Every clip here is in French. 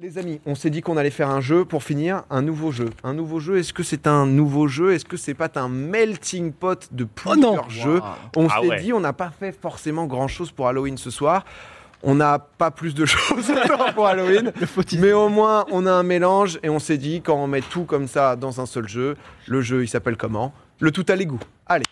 Les amis, on s'est dit qu'on allait faire un jeu pour finir, un nouveau jeu. Un nouveau jeu, est-ce que c'est un nouveau jeu Est-ce que c'est pas un melting pot de plusieurs jeux On Oh Ah s'est ouais. dit, on n'a pas fait forcément grand-chose pour Halloween ce soir. On n'a pas plus de choses à faire pour Halloween, mais au moins on a un mélange et on s'est dit quand on met tout comme ça dans un seul jeu, le jeu il s'appelle comment Le tout à l'égout. Allez.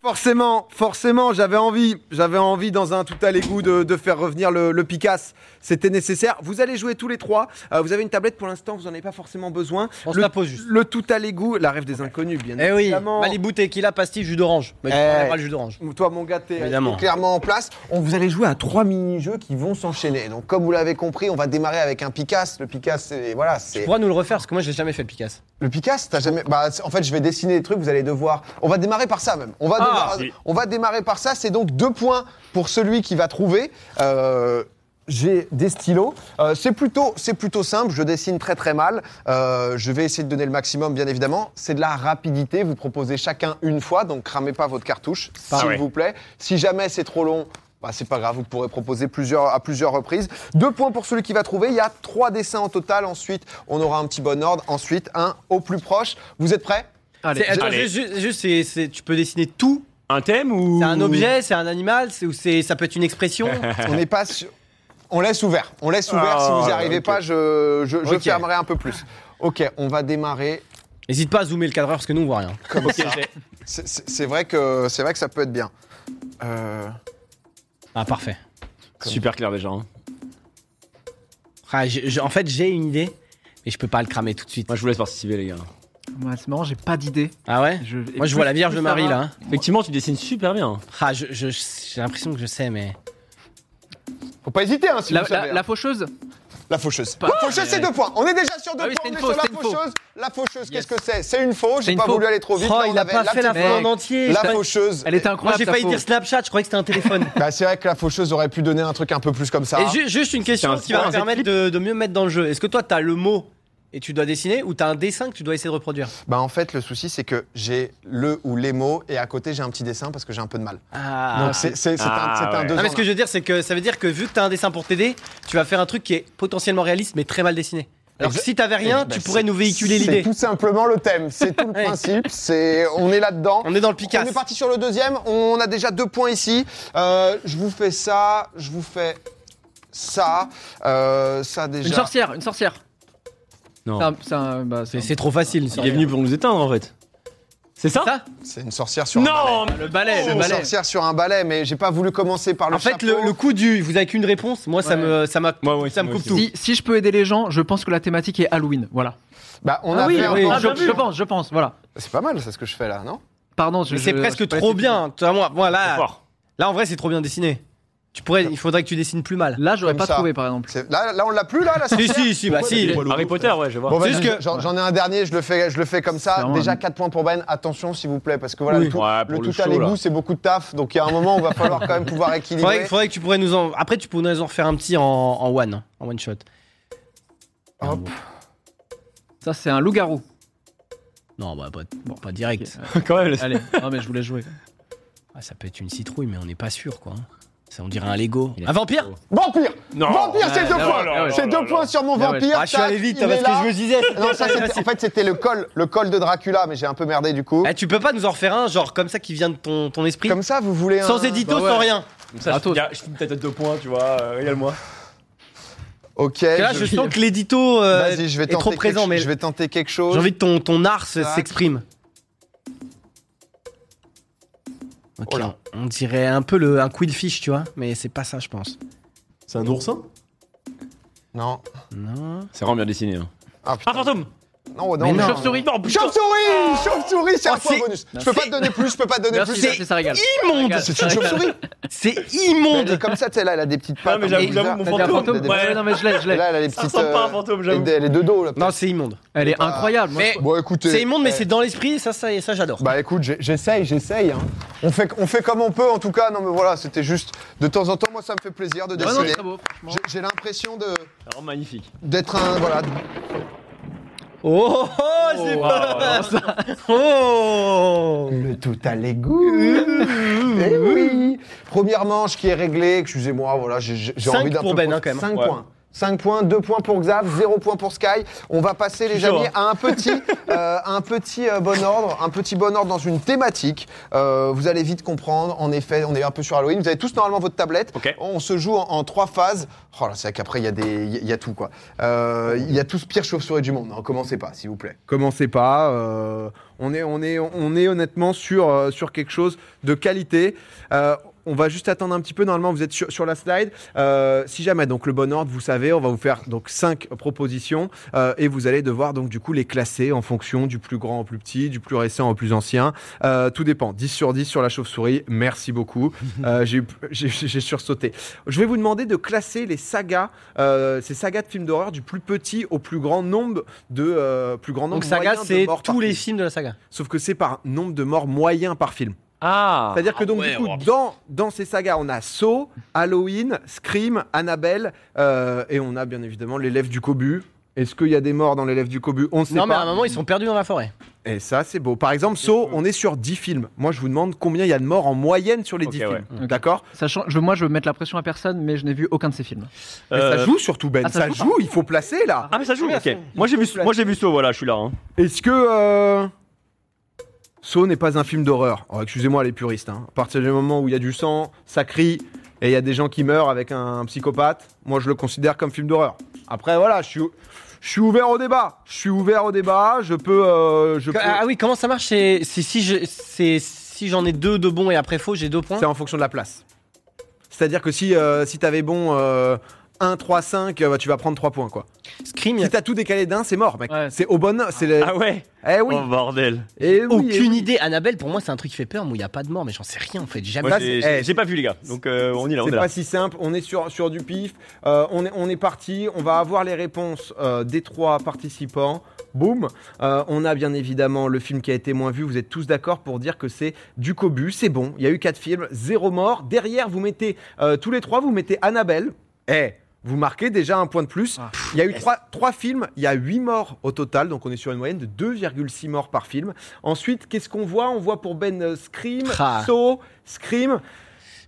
Forcément, forcément, j'avais envie, j'avais envie dans un tout à l'égout de, de faire revenir le, le Picasse. C'était nécessaire. Vous allez jouer tous les trois. Euh, vous avez une tablette pour l'instant, vous n'en avez pas forcément besoin. On se le, la pose juste. le tout à l'égout, la rêve des inconnus, bien Eh oui, évidemment. Malibu tequila, pastille, jus d'orange. Bah, Mais tu Eh. prendrais pas le jus d'orange. Toi, mon gars, t'es Évidemment. t'es clairement en place. On vous allez jouer à trois mini-jeux qui vont s'enchaîner. Donc, comme vous l'avez compris, on va démarrer avec un Picasse. Le Picasse, c'est voilà, Tu c'est pourras nous le refaire parce que moi j'ai jamais fait le Picasso. le Picasse. T'as jamais. Bah, c'est- en fait, je vais dessiner des trucs. Vous allez devoir. On va démarrer par ça même. On va Ah, démarrer... oui. on va démarrer par ça. C'est donc deux points pour celui qui va trouver. Euh, J'ai des stylos. Euh, c'est plutôt, c'est plutôt simple. Je dessine très très mal. Euh, je vais essayer de donner le maximum, bien évidemment. C'est de la rapidité. Vous proposez chacun une fois, donc cramez pas votre cartouche, s'il ouais. vous plaît. Si jamais c'est trop long, bah, c'est pas grave. Vous pourrez proposer plusieurs à plusieurs reprises. Deux points pour celui qui va trouver. Il y a trois dessins en total. Ensuite, on aura un petit bon ordre. Ensuite, un au plus proche. Vous êtes prêts Allez, attends, Allez. juste, juste- juste, c'est- c'est- tu peux dessiner tout. Un thème ou C'est un objet, c'est un animal, c'est ou c'est ça peut être une expression. On n'est pas sûr. On laisse ouvert. On laisse ouvert. Ah, si vous n'y arrivez ok. pas, je, je, je Ok. fermerai un peu plus. Ok, on va démarrer. N'hésite pas à zoomer le cadreur parce que nous on voit rien. Ok, j'ai- C'est- C'est c'est vrai que c'est vrai que ça peut être bien. Euh, Ah parfait. Super clair déjà. hein. Ah, j'ai- j'ai- en fait j'ai une idée, mais je peux pas le cramer tout de suite. Moi je vous laisse participer les gars. Moi, c'est marrant, j'ai pas d'idée. Ah ouais Je- et Moi je plus- vois la Vierge plus de ça Marie va- là. hein. Effectivement tu dessines super bien. Ah je- je- j'ai l'impression que je sais mais. faut pas hésiter, hein, si La, vous la- savez. hein. la faucheuse La faucheuse. Pas- la faucheuse, c'est deux points. On est déjà sur deux Ah oui, points. c'était on une est fausse, sur la c'était une faucheuse. La faucheuse, qu'est-ce que c'est C'est une faux. J'ai une pas faux. voulu aller trop vite. Oh Là, on il a avait pas fait la petite- fin en mec. entier. La J'ai pas- faucheuse. Elle était Moi incroyable. j'ai ta failli faux. dire Snapchat, je croyais que c'était un téléphone. Bah, c'est vrai que la faucheuse aurait pu donner un truc un peu plus comme ça. Et ju- juste une C'est question un- qui va me c'est un permettre de, de mieux me mettre dans le jeu. Est-ce que toi, t'as le mot et tu dois dessiner ou t'as un dessin que tu dois essayer de reproduire Bah, en fait, le souci, c'est que j'ai le ou les mots et à côté, j'ai un petit dessin parce que j'ai un peu de mal. Ah, Donc, c'est c'est- c'est Ah, un, c'est un ouais. deux Non, mais en ce que je veux dire, c'est que ça veut dire que vu que t'as un dessin pour t'aider, tu vas faire un truc qui est potentiellement réaliste mais très mal dessiné. Alors que Exa- si t'avais rien, Bah, tu c'est- pourrais nous véhiculer C'est l'idée. tout simplement le thème, c'est tout le Ouais. principe, c'est on est là-dedans. On est dans le On Picasso. est parti sur le deuxième, on a déjà deux points ici. Euh, je vous fais ça, je vous fais ça, euh, ça Une déjà. sorcière, une sorcière. Non. C'est un- C'est un. bah, c'est C'est- un- Ah, C'est trop facile. Il est venu pour nous éteindre en fait. C'est ça, Ça C'est une sorcière sur un balai. Non Le balai, C'est le une balai. sorcière sur un balai, mais j'ai pas voulu commencer par le En fait, chapeau. le, le coup du vous avez qu'une réponse, moi ça Ouais. me ça m'a Moi, ouais, ça me moi coupe aussi. tout. Si, si je peux aider les gens, je pense que la thématique est Halloween. Voilà. Bah, on Ah a oui, fait un oui, peu- ah, je, bien vu. je pense, je pense, voilà. C'est pas mal, c'est ce que je fais là, non Pardon, je- Mais c'est je- je presque sais pas trop si- bien. Toi, moi, moi C'est là, fort. là en vrai c'est trop bien dessiné. Tu pourrais, il faudrait que tu dessines plus mal. Là, j'aurais Comme pas ça. trouvé, par exemple. C'est- là, là, on l'a plus, là, la Si sorcière si si, bah si. Harry Potter ouais je vois. Bon, C'est vas-y, juste que- j'en j'en ai un dernier, je le fais, je le fais comme C'est ça. vraiment Déjà un- 4 points pour Ben. Attention, s'il vous plaît, parce que voilà, Oui. le tout, Ouais, le pour tout le à show, là. l'égout, c'est beaucoup de taf. Donc, il y a un moment, où il va falloir quand même pouvoir Faudrait, équilibrer. faudrait que tu pourrais nous en. Après, tu pourrais nous en refaire un petit en, en one, hein, en one shot. Hop. Ça, c'est un loup-garou. Non, bah, pas, bon, pas direct. quand même. laisse- Allez, non, mais je voulais jouer. Ah, ça peut être une citrouille, mais on n'est pas sûr, quoi. hein. Ça, on dirait un Lego. Un vampire Vampire Non. Vampire, c'est Ah, deux ah, points ouais, ah, ouais. C'est deux points sur mon Ah, ouais. vampire. Ah, je suis allé tac, vite, il parce est que là. je me disais. Non, ça, c'était- en fait, c'était le col, le col de Dracula, mais j'ai un peu merdé du coup. Eh, tu peux pas nous en refaire un, genre comme ça, qui vient de ton, ton esprit Comme ça, vous voulez un. Sans édito, bah ouais. sans rien. Comme ça, Attends. je- gars, je finis peut-être deux points tu vois. euh, Regarde-moi. Ok. Et là, je- je sens que l'édito euh, Vas-y, je vais est trop tenter. présent, quelque- mais Je vais tenter quelque j'ai chose. envie que ton, ton art se- Tac. s'exprime. Ok, Oh là. on, on dirait un peu le, un quillfish, tu vois, mais c'est pas ça, je pense. C'est un oursin Non. Non. C'est vraiment bien dessiné. hein. Ah Un putain. fantôme Non, non, Mais non. non. Chauve-souris. Non, putain. Chauve-souris Chauve-souris, c'est Oh, un point c'est- bonus. Je peux pas te donner plus, je peux pas te donner Merci, plus. ça, ça régale. Immonde Regarde. C'est une chauve-souris. C'est Mais Elle est immonde comme ça, tu sais, là, elle a des petites Ah pattes. un mais peu j'avoue, j'avoue, mon bizarres. T'as dit un fantôme. fantôme Ouais, Ouais. non, mais je l'ai, je l'ai. Là, elle a les Ça petites. ressemble pas à un euh, fantôme, les- j'avoue. Elle est de dos, là. Non, c'est immonde. Elle est Bah, incroyable. moi, mais- je- Bon, écoutez. C'est immonde, mais eh, c'est dans l'esprit, ça, ça, ça j'adore. Bah écoute, j'ai- j'essaye, j'essaye. hein. On, fait, on fait comme on peut en tout cas. Non mais voilà, c'était juste de temps en temps, moi ça me fait plaisir de Ouais, non, dessiner. c'est très beau, franchement. J'ai- J'ai l'impression de Alors magnifique. d'être un voilà Oh, oh, c'est Oh, pas alors, mal. alors ça- Oh Le tout à l'égout. Eh oui. Première manche qui est réglée. Excusez-moi, voilà, j'ai- j'ai j'ai Cinq envie d'un pour peu Ben, hein, quand même. 5 Ouais. points. 5 points, 2 points pour Xav, 0 points pour Sky. On va passer, les Toujours, amis, hein. à un petit, euh, un petit euh, bon ordre, un petit bon ordre dans une thématique. Euh, vous allez vite comprendre. En effet, on est un peu sur Halloween. Vous avez tous normalement votre tablette. Ok. On se joue en, en trois phases. Oh là, c'est vrai qu'après, il y, a des- il y a- il y a tout, quoi. Euh, Il y a tous pire chauve-souris du monde. Non, commencez pas, s'il vous plaît. Commencez pas. euh, on, est, on, est, on est honnêtement sur, euh, sur quelque chose de qualité. Euh, on va juste attendre un petit peu. Normalement, vous êtes sur, sur la slide. Euh, si jamais, donc le bon ordre, vous savez, on va vous faire donc cinq propositions euh, et vous allez devoir donc du coup les classer en fonction du plus grand au plus petit, du plus récent au plus ancien. Euh, tout dépend. 10 sur 10 sur la chauve-souris. Merci beaucoup. Euh, J'ai eu- j'ai- j'ai sursauté. Je vais vous demander de classer les sagas, euh, ces sagas de films d'horreur du plus petit au plus grand nombre de euh, plus grand nombre Donc saga, moyen de c'est morts par tous les film. films de la saga. Sauf que c'est par nombre de morts moyens par film. Ah C'est-à-dire que donc ouais, du coup, wow. dans, dans ces sagas, on a Saw, Halloween, Scream, Annabelle, euh, et on a bien évidemment l'élève du Cobu. Est-ce qu'il y a des morts dans l'élève du Cobu On ne sait Non, mais à pas. un moment, ils sont perdus dans la forêt. Et ça, c'est beau. Par exemple, Saw, on est sur 10 films. Moi, je vous demande combien il y a de morts en moyenne sur les Ok, 10 ouais. films. D'accord Sachant, je, moi, je veux mettre la pression à personne, mais je n'ai vu aucun de ces films. Mais Euh, Ça joue surtout, Ben. Ah, ça ça joue joue, il faut placer là. Ah mais ça joue. Ok. Moi j'ai vu, moi j'ai vu ça. Voilà, je suis là. hein. Est-ce que. euh, Saw n'est pas un film d'horreur. Oh, Excusez-moi les puristes. hein. À partir du moment où il y a du sang, ça crie, et il y a des gens qui meurent avec un psychopathe, moi je le considère comme film d'horreur. Après voilà, je suis, je suis ouvert au débat. Je suis ouvert au débat, je peux... euh, je peux- Ah oui, comment ça marche C'est c'est si je- c'est si j'en ai deux de bons et après faux, j'ai deux points. C'est en fonction de la place. C'est-à-dire que si, euh, si t'avais bon euh, 1, 3, 5, euh, bah, tu vas prendre 3 points quoi. Scream, il y Si a t'as tout décalé d'un, c'est mort mec. Ouais. C'est au bon... C'est le- Ah ouais. Eh oui, Oh bordel. eh oui, eh aucune oui. idée. Annabelle, pour moi, c'est un truc qui fait peur, mais où il n'y a pas de mort, mais j'en sais rien en fait. Jamais. Moi, c'est- j'ai eh, j'ai- j'ai pas vu les gars. Donc euh, on y est là. On est C'est là. pas si simple, on est sur, sur du pif, Euh, on, est, on est parti, on va avoir les réponses euh, des trois participants. Boum Euh, On a bien évidemment le film qui a été moins vu, vous êtes tous d'accord pour dire que c'est du cobu, c'est bon, il y a eu quatre films, zéro mort. Derrière, vous mettez, euh, tous les trois, vous mettez Annabelle. Eh vous marquez déjà un point de plus. Ah. Il y a eu trois, trois films, il y a huit morts au total, donc on est sur une moyenne de 2,6 morts par film. Ensuite, qu'est-ce qu'on voit On voit pour Ben euh, Scream, Ah. Saw, Scream,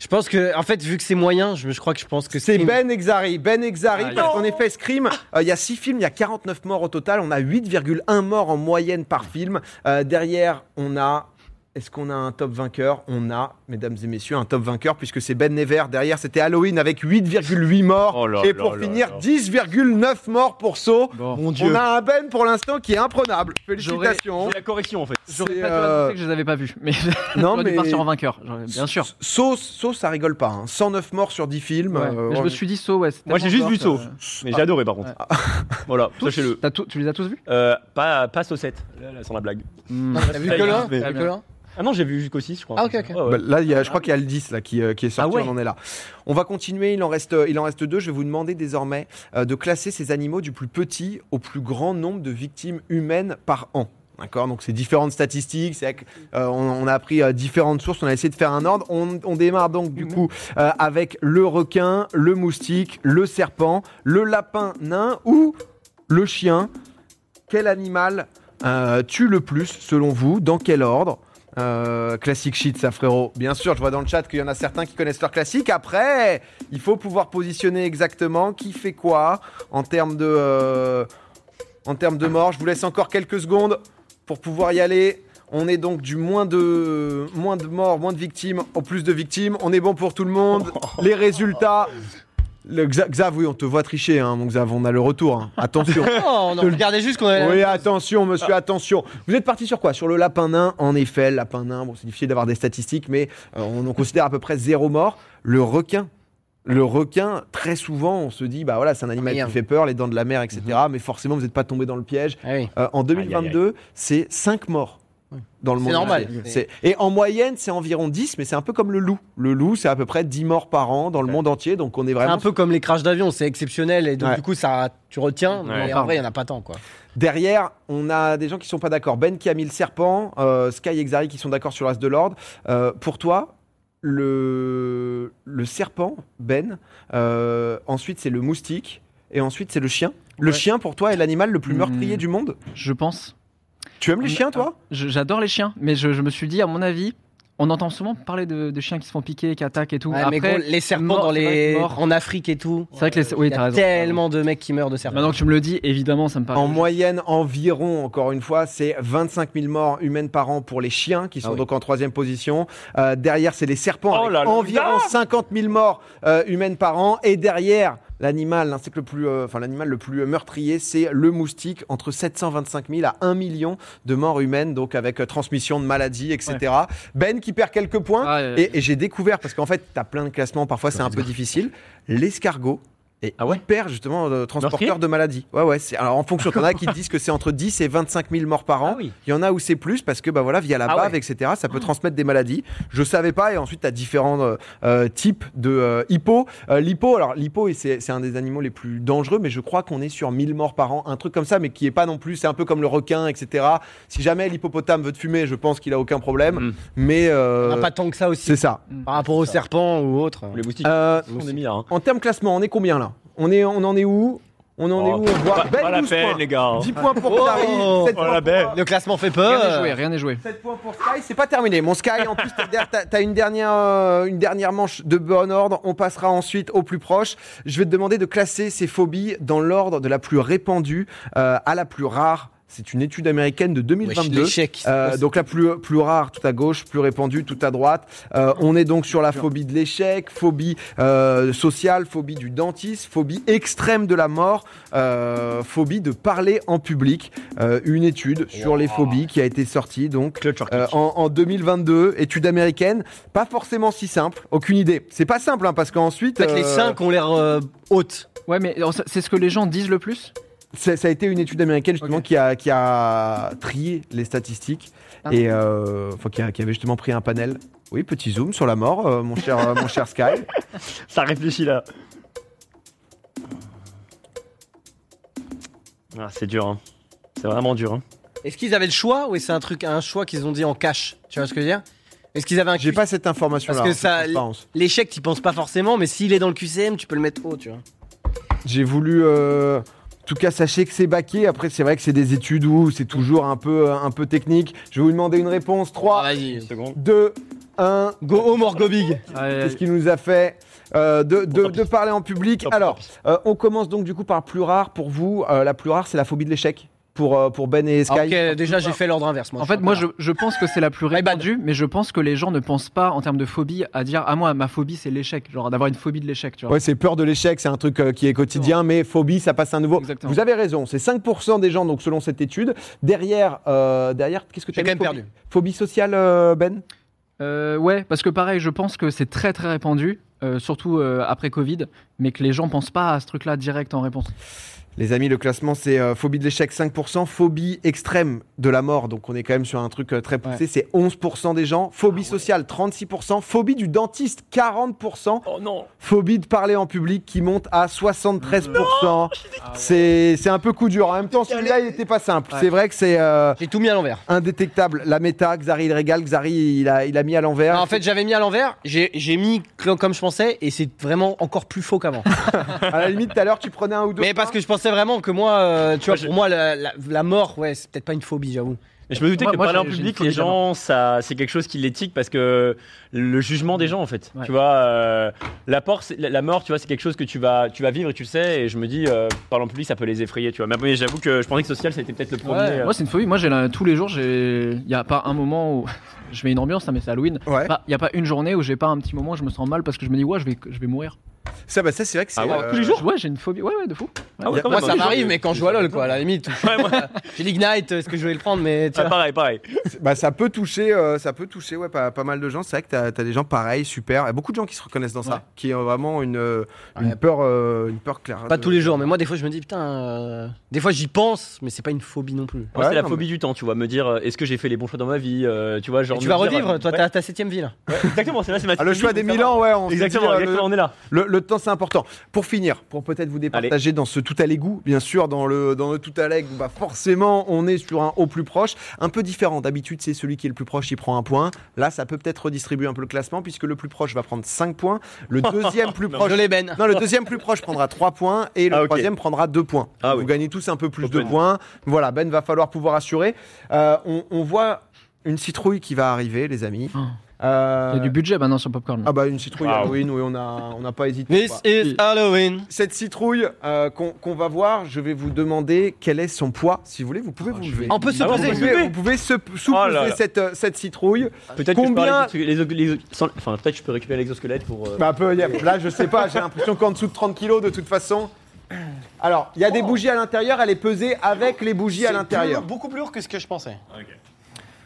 Je pense que, en fait, vu que c'est moyen, je, je crois que je pense que c'est Scream- Ben Exari. Ben Exari, Ah, parce qu'en effet, Scream, euh, il y a 6 films, il y a 49 morts au total. On a 8,1 morts en moyenne par film. Euh, derrière, on a. Est-ce qu'on a un top vainqueur On a, mesdames et messieurs, un top vainqueur puisque c'est Ben Never. Derrière, c'était Halloween avec 8,8 morts. Oh là et là pour là finir, là. 10,9 morts pour Saut. Bon. Mon On dieu. a un Ben pour l'instant qui est imprenable. J'aurais- Félicitations. C'est la correction en fait. C'est, J'aurais pas dû euh, annoncer que je les avais pas vus, mais Non, j'aurais dû partir en vainqueur, j'aurais- bien sûr. Sauce, sauce, ça rigole pas. hein. 109 morts sur 10 films. Ouais. Euh, Mais je me suis dit saut, ouais. c'est Moi, j'ai tellement juste gore vu que- Mais j'ai adoré par contre. Ah. Voilà. Tous Sachez-le. T'as tout- Tu les as tous vus Euh, pas pas saucette. Là, là, sans la blague. Hmm. T'as vu que l'un Mais- T'as vu que l'un Ah non j'ai vu jusqu'au 6 je crois. Ah, ok, ok. Ouais, ouais. Bah, là, il y a- je crois qu'il y a le 10 là, qui, euh, qui est sorti, Ah ouais. on en est là. On va continuer, il en reste, euh, il en reste deux. Je vais vous demander désormais euh, de classer ces animaux du plus petit au plus grand nombre de victimes humaines par an. D'accord Donc, c'est différentes statistiques. c'est avec, euh, on, on a pris euh, différentes sources, on a essayé de faire un ordre. On, on démarre donc Mhm. du coup euh, avec le requin, le moustique, le serpent, le lapin nain ou le chien. Quel animal euh, tue le plus selon vous Dans quel ordre euh, classique shit, ça frérot. Bien sûr, je vois dans le chat qu'il y en a certains qui connaissent leur classique. Après, il faut pouvoir positionner exactement qui fait quoi en termes de, euh, en termes de mort. Je vous laisse encore quelques secondes pour pouvoir y aller. On est donc du moins de, moins de morts, moins de victimes au plus de victimes. On est bon pour tout le monde. Les résultats. Le Xa- Xav, oui, on te voit tricher, hein, mon Xav. On a le retour. hein. Attention. Oh, on en regardait juste qu'on avait. Oui, attention, monsieur, attention. Vous êtes parti sur quoi Sur le lapin nain, en effet, le lapin nain. Bon, c'est difficile d'avoir des statistiques, mais euh, on en considère à peu près zéro mort. Le requin. Le requin, très souvent, on se dit, bah voilà, c'est un animal Rien. qui fait peur, les dents de la mer, etc. Mais forcément, vous n'êtes pas tombé dans le piège. Ah oui. Euh, en aïe, aïe. 2022, c'est 5 morts dans le C'est monde. normal. entier. C'est- Et en moyenne, c'est environ 10, mais c'est un peu comme le loup. Le loup, c'est à peu près 10 morts par an dans le Ouais. monde entier, donc on est C'est vraiment un peu comme les crashs d'avion, c'est exceptionnel et donc Ouais. du coup ça tu retiens, Ouais. mais en vrai il n'y en a pas tant quoi. Derrière, on a des gens qui sont pas d'accord. Ben qui a mis le serpent, euh, Sky et Xari qui sont d'accord sur l'as de l'ordre. Euh, pour toi, le, le serpent, Ben, euh, ensuite c'est le moustique, et ensuite c'est le chien. Le Ouais. chien, pour toi, est l'animal le plus Hmm. meurtrier du monde Je pense. Tu aimes les Mais- chiens, toi Je- J'adore les chiens, mais je, je me suis dit, à mon avis, on entend souvent parler de, de chiens qui se font piquer, qui attaquent et tout. Ouais, mais Après, gros, les serpents mort, dans c'est vrai les... que mort. en Afrique et tout. c'est vrai que les. Il Oui, y t'as a raison. tellement de mecs qui meurent de serpents. Maintenant que tu me le dis, évidemment, ça me paraît. En moyenne, environ, encore une fois, c'est 25 000 morts humaines par an pour les chiens, qui sont Ah oui. donc en troisième position. Euh, derrière, c'est les serpents, Oh avec là là environ 50 000 morts euh, humaines par an. Et derrière, l'animal, l'insecte le plus, euh, enfin l'animal le plus meurtrier, c'est le moustique, entre 725 000 à 1 million de morts humaines, donc avec euh, transmission de maladies, etc. Ben qui perd quelques points. Ah, euh, Et, et j'ai découvert, parce qu'en fait, t'as plein de classements, parfois c'est un peu difficile, l'escargot est Ah ouais hyper, justement, euh, transporteur Meurtrier de maladies. Ouais, ouais. c'est- Alors, en fonction, t'en as qui disent que c'est entre 10 et 25 000 morts par an. oui. Il y en a où c'est plus, parce que, bah voilà, via la Ah bave, ouais. etc., ça peut transmettre des maladies. Je savais pas, et ensuite, t'as différents euh, euh, types de euh, hippo. Euh, l'hippo, alors, l'hippo, et c'est c'est un des animaux les plus dangereux, mais je crois qu'on est sur 1000 morts par an, un truc comme ça, mais qui est pas non plus, c'est un peu comme le requin, etc. Si jamais l'hippopotame veut te fumer, je pense qu'il a aucun problème, Mm. mais. On euh, n'a pas tant que ça c'est aussi. ça. Par rapport aux serpents ou autres. Les moustiques, Euh, on est milliards. hein. en termes classement, on est combien là on, est, on en est où On en est Oh, où On voit Pas, Ben pas la 12 peine, points. les gars. hein. 10 points pour Tari, Oh, 7 Oh points la bête. Le classement fait Rien n'est peur. joué, rien n'est joué. 7 points pour Sky, c'est pas terminé. Mon Sky, en plus, t'as t'as- t'as une dernière, euh, une dernière manche de bon ordre. On passera ensuite au plus proche. Je vais te demander de classer ces phobies dans l'ordre de la plus répandue euh, à la plus rare. C'est une étude américaine de Wesh, 2022. l'échec. Euh, donc la plus, plus rare tout à gauche, plus répandue tout à droite. Euh, on est donc sur la phobie de l'échec, phobie euh, sociale, phobie du dentiste, phobie extrême de la mort, euh, phobie de parler en public. Euh, une étude sur les phobies qui a été sortie donc euh, en, en 2022, étude américaine. Pas forcément si simple, aucune idée. C'est pas simple hein, parce qu'ensuite En fait, les euh, 5 ont l'air euh, hautes. Ouais, mais alors, ça- c'est ce que les gens disent le plus ça, ça a été une étude américaine justement Ok. qui, a, qui a trié les statistiques Ah. et euh, enfin, qui, a- qui avait justement pris un panel. Oui, petit zoom sur la mort, euh, mon cher, euh, mon cher Sky. Ça réfléchit là. Ah, c'est dur, hein. C'est vraiment dur, hein. Est-ce qu'ils avaient le choix ou est-ce que c'est un truc, un choix qu'ils ont dit en cash Tu vois ce que je veux dire Est-ce qu'ils avaient un J'ai Q- pas cette information là. Parce que ça- L'échec, t'y penses pas forcément, mais s'il est dans le QCM, tu peux le mettre haut, tu vois. J'ai voulu. euh, En tout cas, sachez que c'est baqué. Après, c'est vrai que c'est des études où c'est toujours un peu, euh, un peu technique. Je vais vous demander une réponse. Ah, 3, Vas-y. seconde. 2, 1. Go home or go big. Qu'est-ce qu'il nous a fait euh, de, de- de parler en public Alors, Euh, on commence donc du coup par plus rare pour vous. Euh, la plus rare, c'est la phobie de l'échec pour, euh, pour Ben et Sky. Ah, ok, déjà j'ai fait l'ordre inverse. Moi, En fait, moi, je, je pense que c'est la plus My bad. répandue, mais je pense que les gens ne pensent pas en termes de phobie à dire Ah, moi, ma phobie, c'est l'échec. Genre d'avoir une phobie de l'échec, tu vois. Ouais, c'est peur de l'échec, c'est un truc euh, qui est quotidien, mais phobie, ça passe à un nouveau. Exactement. Vous avez raison, c'est 5% des gens, donc selon cette étude. Derrière, euh, derrière qu'est-ce que tu j'ai quand même perdu. Phobie sociale, euh, Ben Euh, ouais, parce que pareil, je pense que c'est très très répandu, euh, surtout euh, après Covid, mais que les gens pensent pas à ce truc-là direct en réponse. Les amis, le classement, c'est euh, phobie de l'échec 5%, phobie extrême de la mort, donc on est quand même sur un truc euh, très poussé, c'est 11% des gens, Ah phobie sociale 36%, phobie du dentiste 40%, Oh non phobie de parler en public qui monte à 73%. C'est c'est un peu coup dur. hein. En même temps, celui-là, il n'était pas simple. Ouais. C'est vrai que c'est euh, J'ai tout mis à l'envers. indétectable. La méta, Xari, il régale. Xari, il a, il a mis à l'envers. Ah, en fait, j'avais mis à l'envers, j'ai j'ai mis cl- comme je pensais, et c'est vraiment encore plus faux qu'avant. à la limite, tout à l'heure, tu prenais un ou deux. Mais parce que je pensais vraiment que moi, euh, tu vois, Moi, je- pour moi, la, la- la mort, ouais, c'est peut-être pas une phobie, j'avoue. Mais je me doutais Moi- que moi, parler en j'ai- j'ai public, une les phobie de la gens, ça, c'est quelque chose qui les tique parce que le jugement des gens, en fait. Ouais. Tu vois, euh, la, por- c'est- la- la mort, tu vois, c'est quelque chose que tu vas, tu vas vivre et tu le sais. Et je me dis, euh, parler en public, ça peut les effrayer, tu vois. Mais après, j'avoue que je pensais que social, c'était peut-être le premier. hein. euh, Moi, c'est une phobie. Moi, j'ai la- tous les jours, j'ai. Il y a pas un moment où. je mets une ambiance, hein, mais c'est Halloween. Ouais. Il y a pas une journée où j'ai pas un petit moment où je me sens mal parce que je me dis, ouais, je vais, je vais mourir. Ça, bah, ça c'est vrai que c'est. Ah ouais, euh, tous les jours Ouais, j'ai une phobie. Ouais, ouais, de fou. Ah ouais, quand Moi, même, ça hein. m'arrive, mais quand je joue à LoL, quoi, à la limite. Ouais, moi- J'ai l'Ignite, euh, est-ce que je vais le prendre, mais tu Ah, vois. pareil, pareil. c'est- bah, ça peut toucher, euh, ça peut toucher ouais, pas, pas mal de gens. C'est vrai que t'as as des gens pareils, super. Il y a beaucoup de gens qui se reconnaissent dans ça, qui ont vraiment une, euh, une Ouais. peur, euh, une peur claire. Pas de- tous les jours, mais moi, des fois, je me dis, putain, euh, des fois, j'y pense, mais c'est pas une phobie non plus. Moi, Ouais, c'est la non, phobie du temps, tu vois. Me dire, euh, est-ce que j'ai fait les bons choix dans ma vie euh, Tu vois, genre. Et tu me vas dire, revivre, euh, toi, ouais. t'as ta septième vie, là. Ouais, Exactement, c'est là, c'est ma Ah, le choix des mille ans, ouais. On s'est Exactement, dit, euh, le- exactement, on est là. Le, le temps, c'est important. Pour finir, pour peut-être vous départager dans ce tout à l'égout, bien sûr, dans le, dans le tout à l'égout. Bah forcément, on est sur un au plus proche. Un peu différent. D'habitude, c'est celui qui est le plus proche qui prend un point. Là, ça peut peut-être redistribuer un peu le classement, puisque le plus proche va prendre 5 points. Le deuxième plus proche. Je l'ébène. Non, le deuxième plus proche prendra 3 points et le Ah, ok. troisième prendra 2 points. Ah, Vous oui. gagnez tous un peu plus de Open. points. Voilà, Ben va falloir pouvoir assurer. Euh, on, on voit une citrouille qui va arriver, les amis. Oh. Ah. Euh, Il y a du budget maintenant sur Popcorn. Ah bah une citrouille Wow. Halloween, oui, on n'a on n'a pas hésité. Bah, This quoi. is Halloween. Cette citrouille euh, qu'on qu'on va voir, je vais vous demander quel est son poids. Si vous voulez, vous pouvez Oh, vous je lever. On peut se Ah ouais, on poser. Vous pouvez, vous pouvez se- sous-peser Oh là là. cette, euh, cette citrouille. Peut-être que je peux Combien- aller- les, les- les- sans- enfin, peut-être je peux récupérer l'exosquelette pour. euh, Bah, un peu, y a- là, je sais pas, j'ai l'impression qu'en dessous de 30 kilos, de toute façon. Alors, il y a des bougies à l'intérieur, elle est pesée avec les bougies à C'est l'intérieur. plus- Beaucoup plus lourd que ce que je pensais.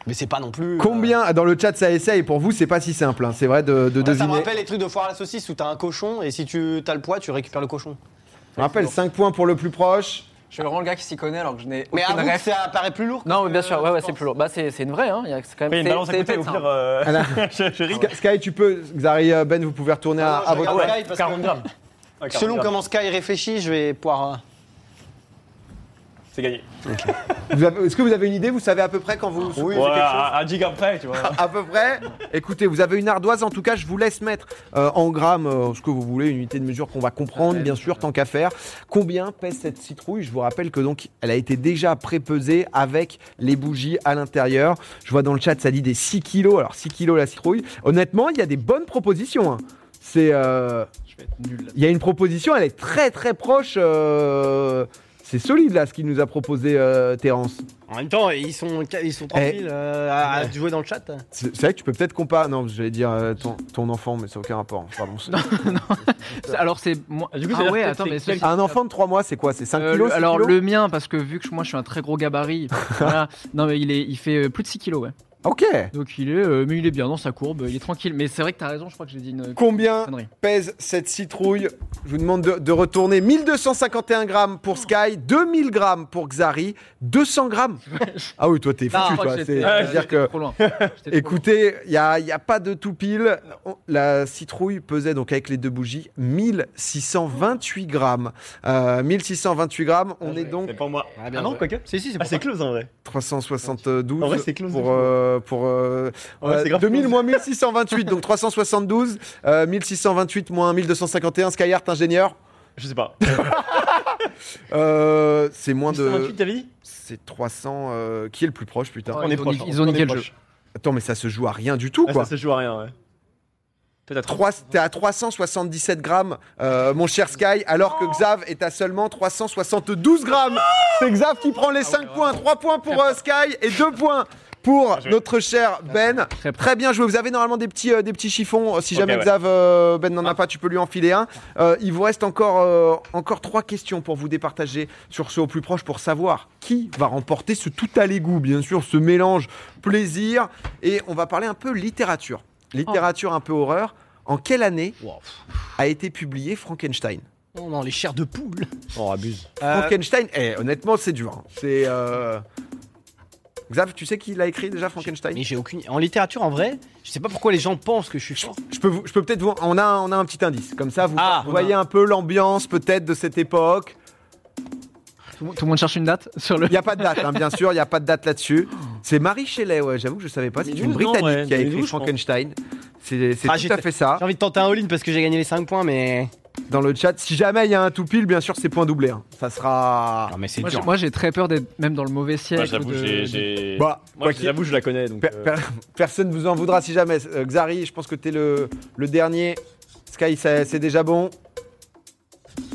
Mais c'est pas non plus. euh, Combien ah, Dans le chat, ça essaye. Pour vous, c'est pas si simple, hein, c'est vrai, de, de en fait, Ça me deviner. rappelle les trucs de foire à la saucisse où t'as un cochon et si tu as le poids, tu récupères le cochon. Je rappelle, 5 points pour le plus proche. Je rends le gars qui s'y connaît alors que je n'ai Mais aucune avoue que ref. ça apparaît plus lourd. Non, mais bien sûr, ouais, ouais, c'est plus lourd. Bah, c'est c'est une vraie, hein. Il y a c'est quand même. Après, il y a une c'est- balance à c'est côté, au épais, pire. ça. euh, Voilà. je, je rigole. Sky- Sky, tu peux. Xari, euh, Ben, vous pouvez retourner à, à Ah non, je votre. regarde ouais, Sky parce que 40 grammes. Selon comment Sky réfléchit, je vais pouvoir. euh, C'est gagné. Vous avez- Est-ce que vous avez une idée Vous savez à peu près quand vous. vous souvenez Ouais, quelque chose à, à 10 grammes près, tu vois. à peu près. Écoutez, vous avez une ardoise, en tout cas, je vous laisse mettre euh, en grammes euh, ce que vous voulez, une unité de mesure qu'on va comprendre, bien sûr, tant qu'à faire. Combien pèse cette citrouille Je vous rappelle que donc, elle a été déjà prépesée avec les bougies à l'intérieur. Je vois dans le chat, ça dit des 6 kilos. Alors, 6 kilos la citrouille. Honnêtement, il y a des bonnes propositions. hein. C'est. euh, Je vais être nul. là. il y a une proposition, elle est très très proche. euh, C'est solide là ce qu'il nous a proposé euh, Terence. En même temps, ils sont, ils sont Eh. tranquilles euh, à, à jouer dans le chat. C'est c'est vrai que tu peux peut-être comparer. Non, j'allais dire euh, ton, ton enfant, mais ça n'a aucun rapport. hein, Pardon. hein. Alors c'est moi. Du coup, ça veut ah dire ouais, que attends, c'est mais quel- ceci- Un enfant de 3 mois, c'est quoi C'est 5 Euh, kilos le- six alors kilos le mien parce que vu que moi je suis un très gros gabarit, voilà. non mais il est, il fait euh, plus de 6 kilos ouais. Ok. Donc il est, euh, mais il est bien dans sa courbe, il est tranquille. Mais c'est vrai que t'as raison, je crois que j'ai dit une euh, Combien connerie. pèse cette citrouille Je vous demande de, de retourner 1251 grammes pour Sky, 2000 grammes pour Xari, 200 grammes. Ah oui, toi t'es Ah, foutu je crois quoi. que C'est- j'étais- Ouais, C'est-à-dire que. trop loin. J'étais trop loin. Écoutez, il n'y a, y a pas de tout pile. On- La citrouille pesait donc avec les deux bougies 1628 grammes. Euh, 1628 grammes, on est donc C'est pour moi. Ah, bien non, joué. quoique. Si, si, c'est Ah, pour c'est ça. close en vrai. En vrai, 372 c'est close. pour, euh, pour euh, En vrai, euh, c'est grave 2000 close. moins 1628, donc 372, euh, 1628 moins 1251, Skyheart ingénieur, Je sais pas. Euh, c'est moins de... 28, t'as dit C'est 300... euh, qui est le plus proche, putain Ouais. On est ils ont proche. ni- ils ont on est niqué le proche. Attends, mais ça se joue à rien du tout, Ah, quoi Ça se joue à rien, ouais. Peut-être. Trois- T'es à 377 grammes, euh, mon cher Sky, alors que Xav est à seulement 372 grammes. C'est Xav qui Ah, prend les 5 points. 3 points pour euh, Sky et 2 points Ah, pour notre cher Ben. Très près. Très bien joué. Vous avez normalement des petits, euh, des petits chiffons. Si Ok, jamais ouais. Ah. Xav euh, Ben n'en a pas, tu peux lui enfiler un. Euh, il vous reste encore, euh, encore 3 questions pour vous départager sur ce au plus proche pour savoir qui va remporter ce tout à l'égout, bien sûr, ce mélange plaisir. Et on va parler un peu littérature. Littérature un peu horreur. En quelle année Wow. a été publié Frankenstein Non, non, les chairs de poule. On abuse. Euh, Frankenstein, eh, honnêtement, c'est dur. hein. C'est. euh, Xav, tu sais qui l'a écrit déjà, Frankenstein Mais j'ai aucune. En littérature, en vrai, je sais pas pourquoi les gens pensent que je suis fort. Je peux, vous- je peux peut-être vous. On a, on a un petit indice. Comme ça, vous, Ah, vous voyez un peu l'ambiance peut-être de cette époque. Tout, tout le monde cherche une date sur le. Il n'y a pas de date, hein, bien sûr, il n'y a pas de date là-dessus. C'est Marie Shelley, ouais, j'avoue que je ne savais pas. C'est une 2012, non, Britannique ouais, qui a écrit 2012, je pense. Frankenstein. C'est c'est Ah, tout à j'étais- fait ça. J'ai envie de tenter un all-in parce que j'ai gagné les 5 points, mais. Dans le chat, si jamais il y a un tout pile, bien sûr, c'est point doublé. hein. Ça sera. Ah, Non, mais c'est Moi, dur. j'ai- Moi j'ai très peur d'être même dans le mauvais siècle. Moi, Bah, j'avoue, ou de- j'ai- de- j'ai. Bah, Moi, quoi qu'il- j'avoue, je la connais donc. Per- euh, per- personne vous en voudra si jamais. Euh, Xari, je pense que t'es le, le dernier. Sky, ça- c'est déjà bon.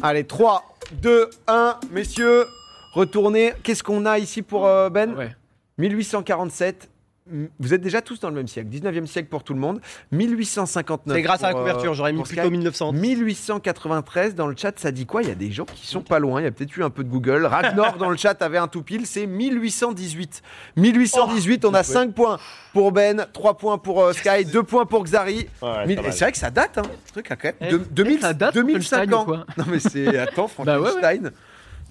Allez, 3, 2, 1, messieurs, retournez. Qu'est-ce qu'on a ici pour euh, Ben Ouais. 1847. Mm, Vous êtes déjà tous dans le même siècle. 19e siècle pour tout le monde. 1859. C'est grâce à la pour, euh, couverture, j'aurais mis pour plutôt Sky. 1900. 1893 dans le chat, ça dit quoi Il y a des gens qui sont pas loin. Il y a peut-être eu un peu de Google. Ragnar dans le chat avait un tout pile. C'est 1818. 1818, Oh, on a 5 points pour Ben, 3 points pour euh, Sky, 2 points pour Xari. ouais, Mille- c'est pas et mal. c'est vrai que ça date, hein. Ce truc a quand même. Eh, de- eh, 2000 ça date, 2005 Frankenstein, ans. ou quoi non mais c'est attends, Bah ouais, ouais. Frankenstein.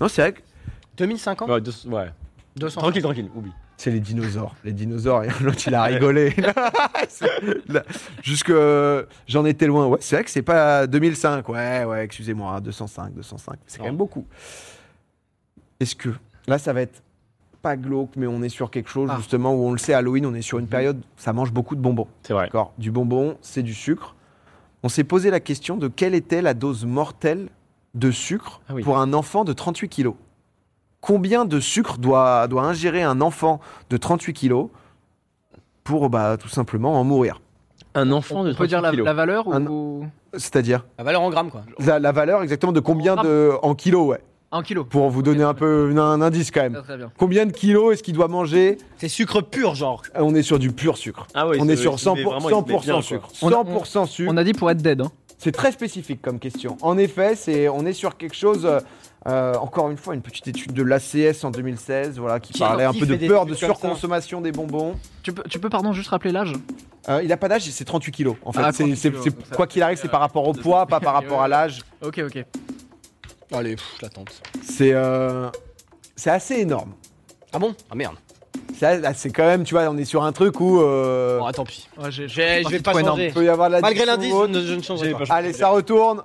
Non, c'est vrai que 2050 Ouais, deux- ouais. 200. Tranquille, tranquille, oublie. C'est les dinosaures. Les dinosaures. Et l'autre, il a rigolé. Là, Jusque. euh, J'en étais loin. Ouais, c'est vrai que c'est pas 2005. Ouais, ouais, excusez-moi. hein, 205, 205. C'est quand même beaucoup. Est-ce que. Là, ça va être pas glauque, mais on est sur quelque chose, Ah. justement, où on le sait, Halloween, on est sur une période. où Ça mange beaucoup de bonbons. C'est vrai. D'accord. Du bonbon, c'est du sucre. On s'est posé la question de quelle était la dose mortelle de sucre Ah oui. pour un enfant de 38 kilos. Combien de sucre doit, doit ingérer un enfant de 38 kilos pour bah, tout simplement en mourir Un enfant de On 30 peut dire la, kilos. la valeur Un- ou C'est-à-dire La valeur en grammes, quoi. la, la valeur exactement de combien de en kilos, ouais. un kilo Pour vous donner un peu un, un indice quand même. Très, très bien. Combien de kilos est-ce qu'il doit manger C'est sucre pur, genre. On est sur du pur sucre. Ah ouais, on il est se- sur il se 100%, met vraiment- il se met bien, quoi. sucre. On a- 100% sucre. On a dit pour être dead. Hein. C'est très spécifique comme question. En effet, c'est on est sur quelque chose. euh, euh, encore une fois, une petite étude de l'ACS en 2016, voilà, qui Qui- parlait un qui peu de fait des peur de études comme ça surconsommation des bonbons. Tu peux, tu peux pardon juste rappeler l'âge Euh, il a pas d'âge, c'est 38 kilos. En fait, Ah, C'est- 38 c'est- kilos, c'est- donc ça quoi fait, qu'il arrive, c'est par rapport au poids, pas par rapport à l'âge. Ok ok. Allez, pff, la tente. C'est euh, c'est assez énorme. Ah bon Ah merde. C'est a- c'est quand même, tu vois, on est sur un truc où euh, Bon, ah, tant pis. Ouais, j'ai- Je vais pas trop énorme. il changer. peut y avoir de la Malgré discussion l'indice, ou je autre. ne je ne changerai J'ai pas. pas- Allez, ça retourne.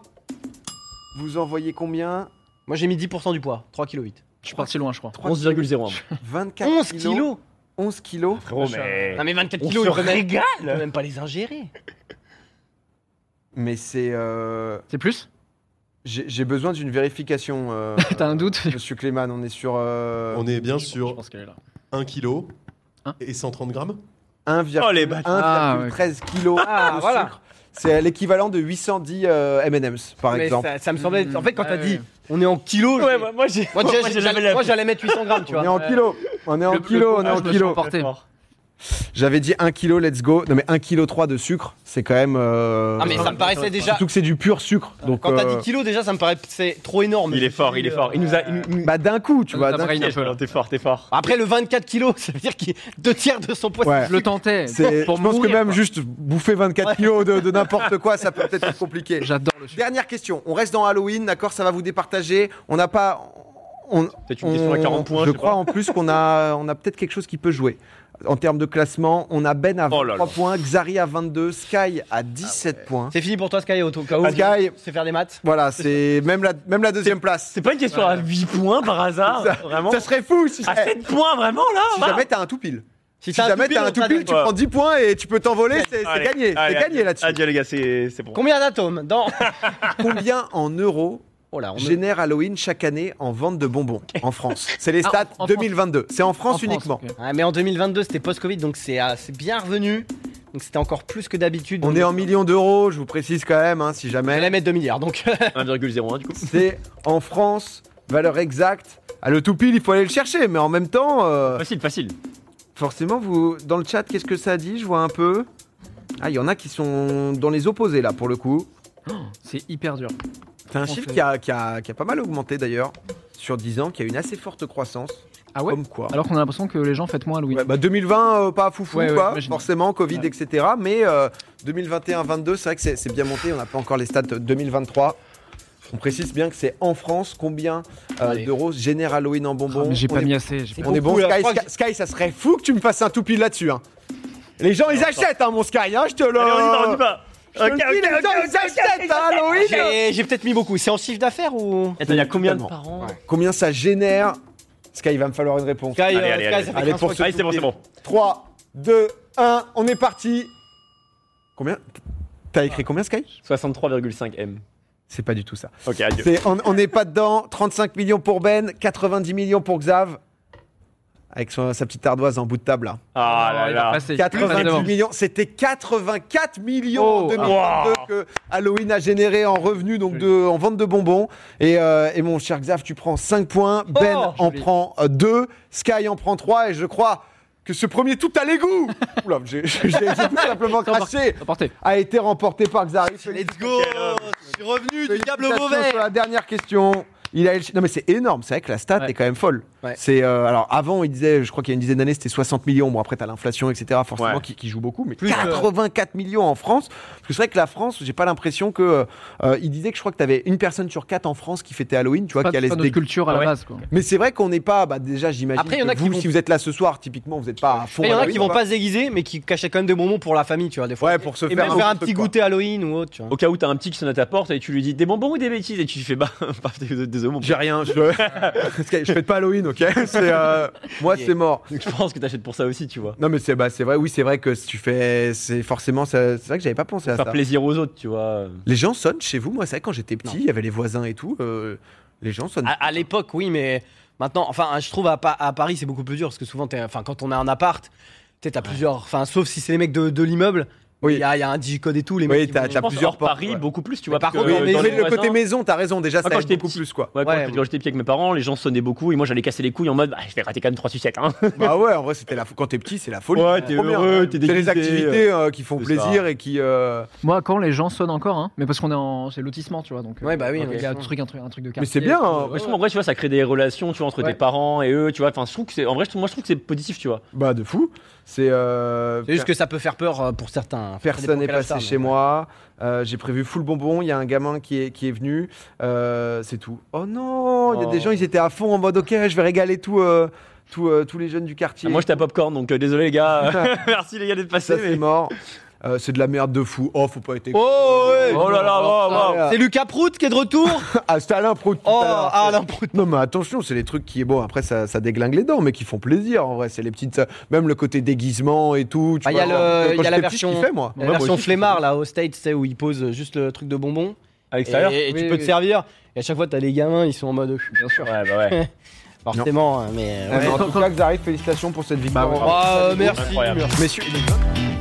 Vous envoyez combien Ah, Moi, j'ai mis 10% du poids. 3,8 kg. Je suis parti loin je crois. 11,01. 24 11 kilos. kilos 11 kilos. Frérot, mais. Non, mais 24 On kilos, se il peut même, régale. il peut même pas les ingérer. Mais c'est euh, C'est plus J'ai j'ai besoin d'une vérification. euh, T'as un doute Monsieur Cléman, on est sur euh, On est bien Je sur pense qu'elle est là. 1 kg Hein et 130 grammes. 1,13 Oh les bâtards. Ah, ouais. kilos de Ah, voilà. sucre. C'est l'équivalent de 810 euh, M&M's, par Mais exemple. ça, ça me semblait. En fait, quand Ah t'as dit ouais. on est en kilos, Ouais, j'ai- moi, moi j'ai. moi, déjà, j'ai- jamais j'allais- moi, j'allais mettre 800 grammes, tu on est vois. en ouais. kilos. On est en kilos, on est en kilos. Porté. J'avais dit 1 kilo, let's go. Non mais 1 kilo 3 de sucre, c'est quand même. euh, Ah, mais ça me paraissait déjà. Surtout que c'est du pur sucre. Donc Quand t'as euh, dit kilos, déjà, ça me paraissait trop énorme. Il est fort, il est fort. Il nous a. il- il- bah d'un coup, Ah, tu Ça vois. nous a d'un brain coup. un peu, là. T'es fort, t'es fort. Après, le 24 kilos, ça veut dire qu'il deux tiers de son poids. Ouais. Je le tentais. C'est- Je Pour pense que mourir, même quoi. juste bouffer 24 kilos de, de n'importe quoi, ça peut peut-être être compliqué. J'adore le sucre. Dernière question. On reste dans Halloween, d'accord Ça va vous départager. On n'a pas. On, Peut-être une question à on- 40 points. Je sais crois pas. en plus qu'on a, on a peut-être quelque chose qui peut jouer. En termes de classement, on a Ben à Oh 23 là Ah là. points, Xari à 22, Sky à 17 points. C'est fini pour toi, Sky Auto. K.O. Sky. C'est faire des maths. Voilà, c'est même la, même la deuxième place. C'est pas une question à 8 points par hasard Ça- Vraiment Ça serait fou si, À eh, 7 points, vraiment là si va jamais t'as un tout pile. Si Si jamais t'as un tout pile, tu Ouais. prends 10 points et tu peux t'envoler, c'est c'est Allez, gagné. C'est allez, gagné adieu. là-dessus. Adieu les gars, c'est c'est bon. Combien d'atomes dans Combien en euros Oh là, on me- génère Halloween chaque année en vente de bonbons en France C'est les Ah, stats en France. 2022. C'est en En France uniquement. ok. Ouais, Ah, mais en 2022, c'était post-Covid, donc c'est ah, c'est bien revenu. Donc c'était encore plus que d'habitude. On Donc, est en millions d'euros, je vous précise quand même, hein, si On jamais. allait mettre 2 milliards, donc. euh, 1,01 hein, du coup. C'est en France, valeur exacte. Ah, le tout pile, il faut aller le chercher, mais en même temps, euh, Facile, facile. forcément, vous dans le chat, qu'est-ce que ça dit Je vois un peu. Ah, il y en a qui sont dans les opposés là pour le coup. C'est hyper dur. C'est un Français. chiffre qui a, qui a- qui a pas mal augmenté d'ailleurs sur 10 ans, qui a une assez forte croissance. Ah ouais Comme quoi. Alors qu'on a l'impression que les gens fêtent moins Halloween. Ouais, bah 2020, euh, pas foufou, Ouais, ouais, quoi, j'imagine. forcément, Covid, Ouais. etc. Mais euh, 2021-22, c'est vrai que c'est c'est bien monté, on n'a pas encore les stats euh, 2023. On précise bien que c'est en France combien euh, Allez. d'euros génère Halloween en bonbons. Ah, mais j'ai On pas est- mis assez. j'ai pas- On est bon, beaucoup, là. Je Sky, crois Sky, que Sky, ça serait fou que tu me fasses un tout pile là-dessus. hein. Les gens, ils achètent, hein, mon Sky, hein, je te le. Allez, on y va, on y va je te le dis, les gens, ils achètent, hein, Halloween. J'ai j'ai peut-être mis beaucoup. C'est en chiffre d'affaires ou. Attends, il y a combien de Totalement. par an Combien ça génère Sky, il va me falloir une réponse. Sky, euh, allez, Sky, allez. ça fait Allez, 15 pour fois ce- Allez, c'est bon, c'est bon. 3, 2, 1, on est parti. Combien T'as écrit combien, Sky 63,5 M. C'est pas du tout ça. Ok, adieu. C'est- on on n'est pas dedans. 35 millions pour Ben, 90 millions pour Xav. Avec son- sa petite ardoise en bout de table. là. Ah Non, là il va là. passer. Ah, 90 devant. millions. C'était 84 millions en Oh, 2022 ah. que Halloween a généré en revenus, donc de, en vente de bonbons. Et, euh, et mon cher Xav, tu prends 5 points. Ben Oh, en joli. prend 2. Sky en prend 3. Et je crois que ce premier tout à l'égout Oula, j'ai j'ai- j'ai tout simplement craché Apporté. a été remporté par Xav. Let's go Je suis revenu du diable au Félicitations mauvais sur la dernière question. Il a le chi- Non, mais c'est énorme. C'est vrai que la stat Ouais. est quand même folle. Ouais. C'est euh, alors avant, il disait, je crois qu'il y a une dizaine d'années, c'était 60 millions. Bon après, t'as l'inflation, etc. Forcément, Ouais. qui, qui joue beaucoup, mais Plus, euh, 84 millions en France. Parce que c'est vrai que la France, j'ai pas l'impression que. euh, euh, il disait que je crois que t'avais une personne sur quatre en France qui fêtait Halloween. Tu vois, Pas, qui allait pas se notre déguiser. culture à Ah la ouais. base. Quoi. Mais c'est vrai qu'on n'est pas. Bah, déjà, j'imagine. Après, il y en que a qui vous, vont- si vous êtes là ce soir, typiquement, vous n'êtes pas à fond. Il y en a Halloween, qui vont quoi. pas se déguiser, mais qui cachaient quand même des bonbons pour la famille, tu vois, des fois. Ouais, pour se et faire, même faire un truc, petit quoi. goûter Halloween ou autre, tu vois. Au cas où t'as un petit qui sonne à ta porte et tu lui dis des bonbons ou des bêtises et tu lui fais bah, bah, dés- désolé mon J'ai rien. Je... Parce que je fête pas Halloween, ok. C'est, euh, Moi, c'est mort. Donc je pense que t'achètes pour ça aussi, tu vois. Non mais c'est bah, c'est vrai, oui c'est vrai que si tu fais, c'est forcément, ça- c'est vrai que j'avais pas pensé à Faire ça. plaisir aux autres, tu vois. Les gens sonnent chez vous, moi c'est vrai quand j'étais petit, il y avait les voisins et tout, euh, les gens sonnent. Ah, À, à l'époque, oui, mais maintenant, enfin, je trouve à, Pa- à Paris, c'est beaucoup plus dur parce que souvent, t'es- enfin, quand on a un appart, tu sais, t'as plusieurs, enfin, sauf si c'est les mecs de, de l'immeuble, il Oui. y, a il y a un digicode et tout, les Oui, mecs. qui t'as- vont- Je t'as pense plusieurs hors portes, Paris, ouais. beaucoup plus, tu vois. par parce contre, que mais- euh, dans mais les le côté voisins- Ah, maison, t'as raison, déjà ça quand aide j'étais beaucoup petit. plus quoi. Ouais, quand Ouais, j'étais- ouais. quand j'étais petit avec mes parents, les gens sonnaient beaucoup et moi j'allais casser les couilles en mode bah, je vais rater quand même 3 sucettes. Hein. bah ouais, en vrai c'était la, fo- quand t'es petit c'est la folie. Ouais, t'es Trop bien. heureux, t'es C'est les déguisé, activités euh, qui font c'est ça. plaisir et qui. euh, Moi, quand les gens sonnent encore, hein, mais parce qu'on est en. C'est lotissement, tu vois. Donc, Ouais, bah oui, donc Il y a un lotissement. truc, un truc, un truc de Mais quartier. c'est bien. hein. Moi, je trouve en vrai, tu vois, ça crée des relations, tu vois, entre Ouais. tes parents et eux, tu vois. Enfin, je trouve que c'est en vrai, je trouve- moi je trouve que c'est positif, tu vois. Bah de fou. C'est. euh, C'est juste que ça peut faire peur euh, pour certains. Enfin, ça Personne dépend n'est quel âge passé t'as, chez mais- moi. Euh, j'ai prévu full bonbon. Il y a un gamin qui est, qui est venu. Euh, c'est tout. Oh non Il y a des Oh. gens, ils étaient à fond en mode OK, je vais régaler tout, euh, tout, euh, tous les jeunes du quartier. Ah, moi j'étais à Popcorn, donc euh, désolé les gars. Merci les gars d'être Ça, passés. c'est mais- mort. Euh, c'est de la merde de fou. Oh, faut pas être. Oh, ouais. Oh là là, wow, Alors, wow. ouais. C'est Lucas Prout qui est de retour. Ah, c'était Alain Prout. tout oh, à l'heure. ah, Alain Prout. Non mais attention, c'est les trucs qui bon après ça, ça déglingue les dents mais qui font plaisir en vrai, c'est les petites même le côté déguisement et tout, tu Ah, il y a vois, le- quand il y a la j'étais petit, je version- kiffais, moi. Il y a Ouais, La moi version aussi, je flemmard là au States, tu sais, où ils posent juste le truc de bonbons. À Et, l'extérieur et tu Oui, peux oui. te servir. Et à chaque fois, t'as les gamins, ils sont en mode. Bien sûr. Ouais, bah ouais. Forcément, euh, mais. Mais ouais. Bah, en tout cas, Xarif, félicitations pour cette victoire. ouais. Ah, euh, merci. Incroyable. Messieurs, il est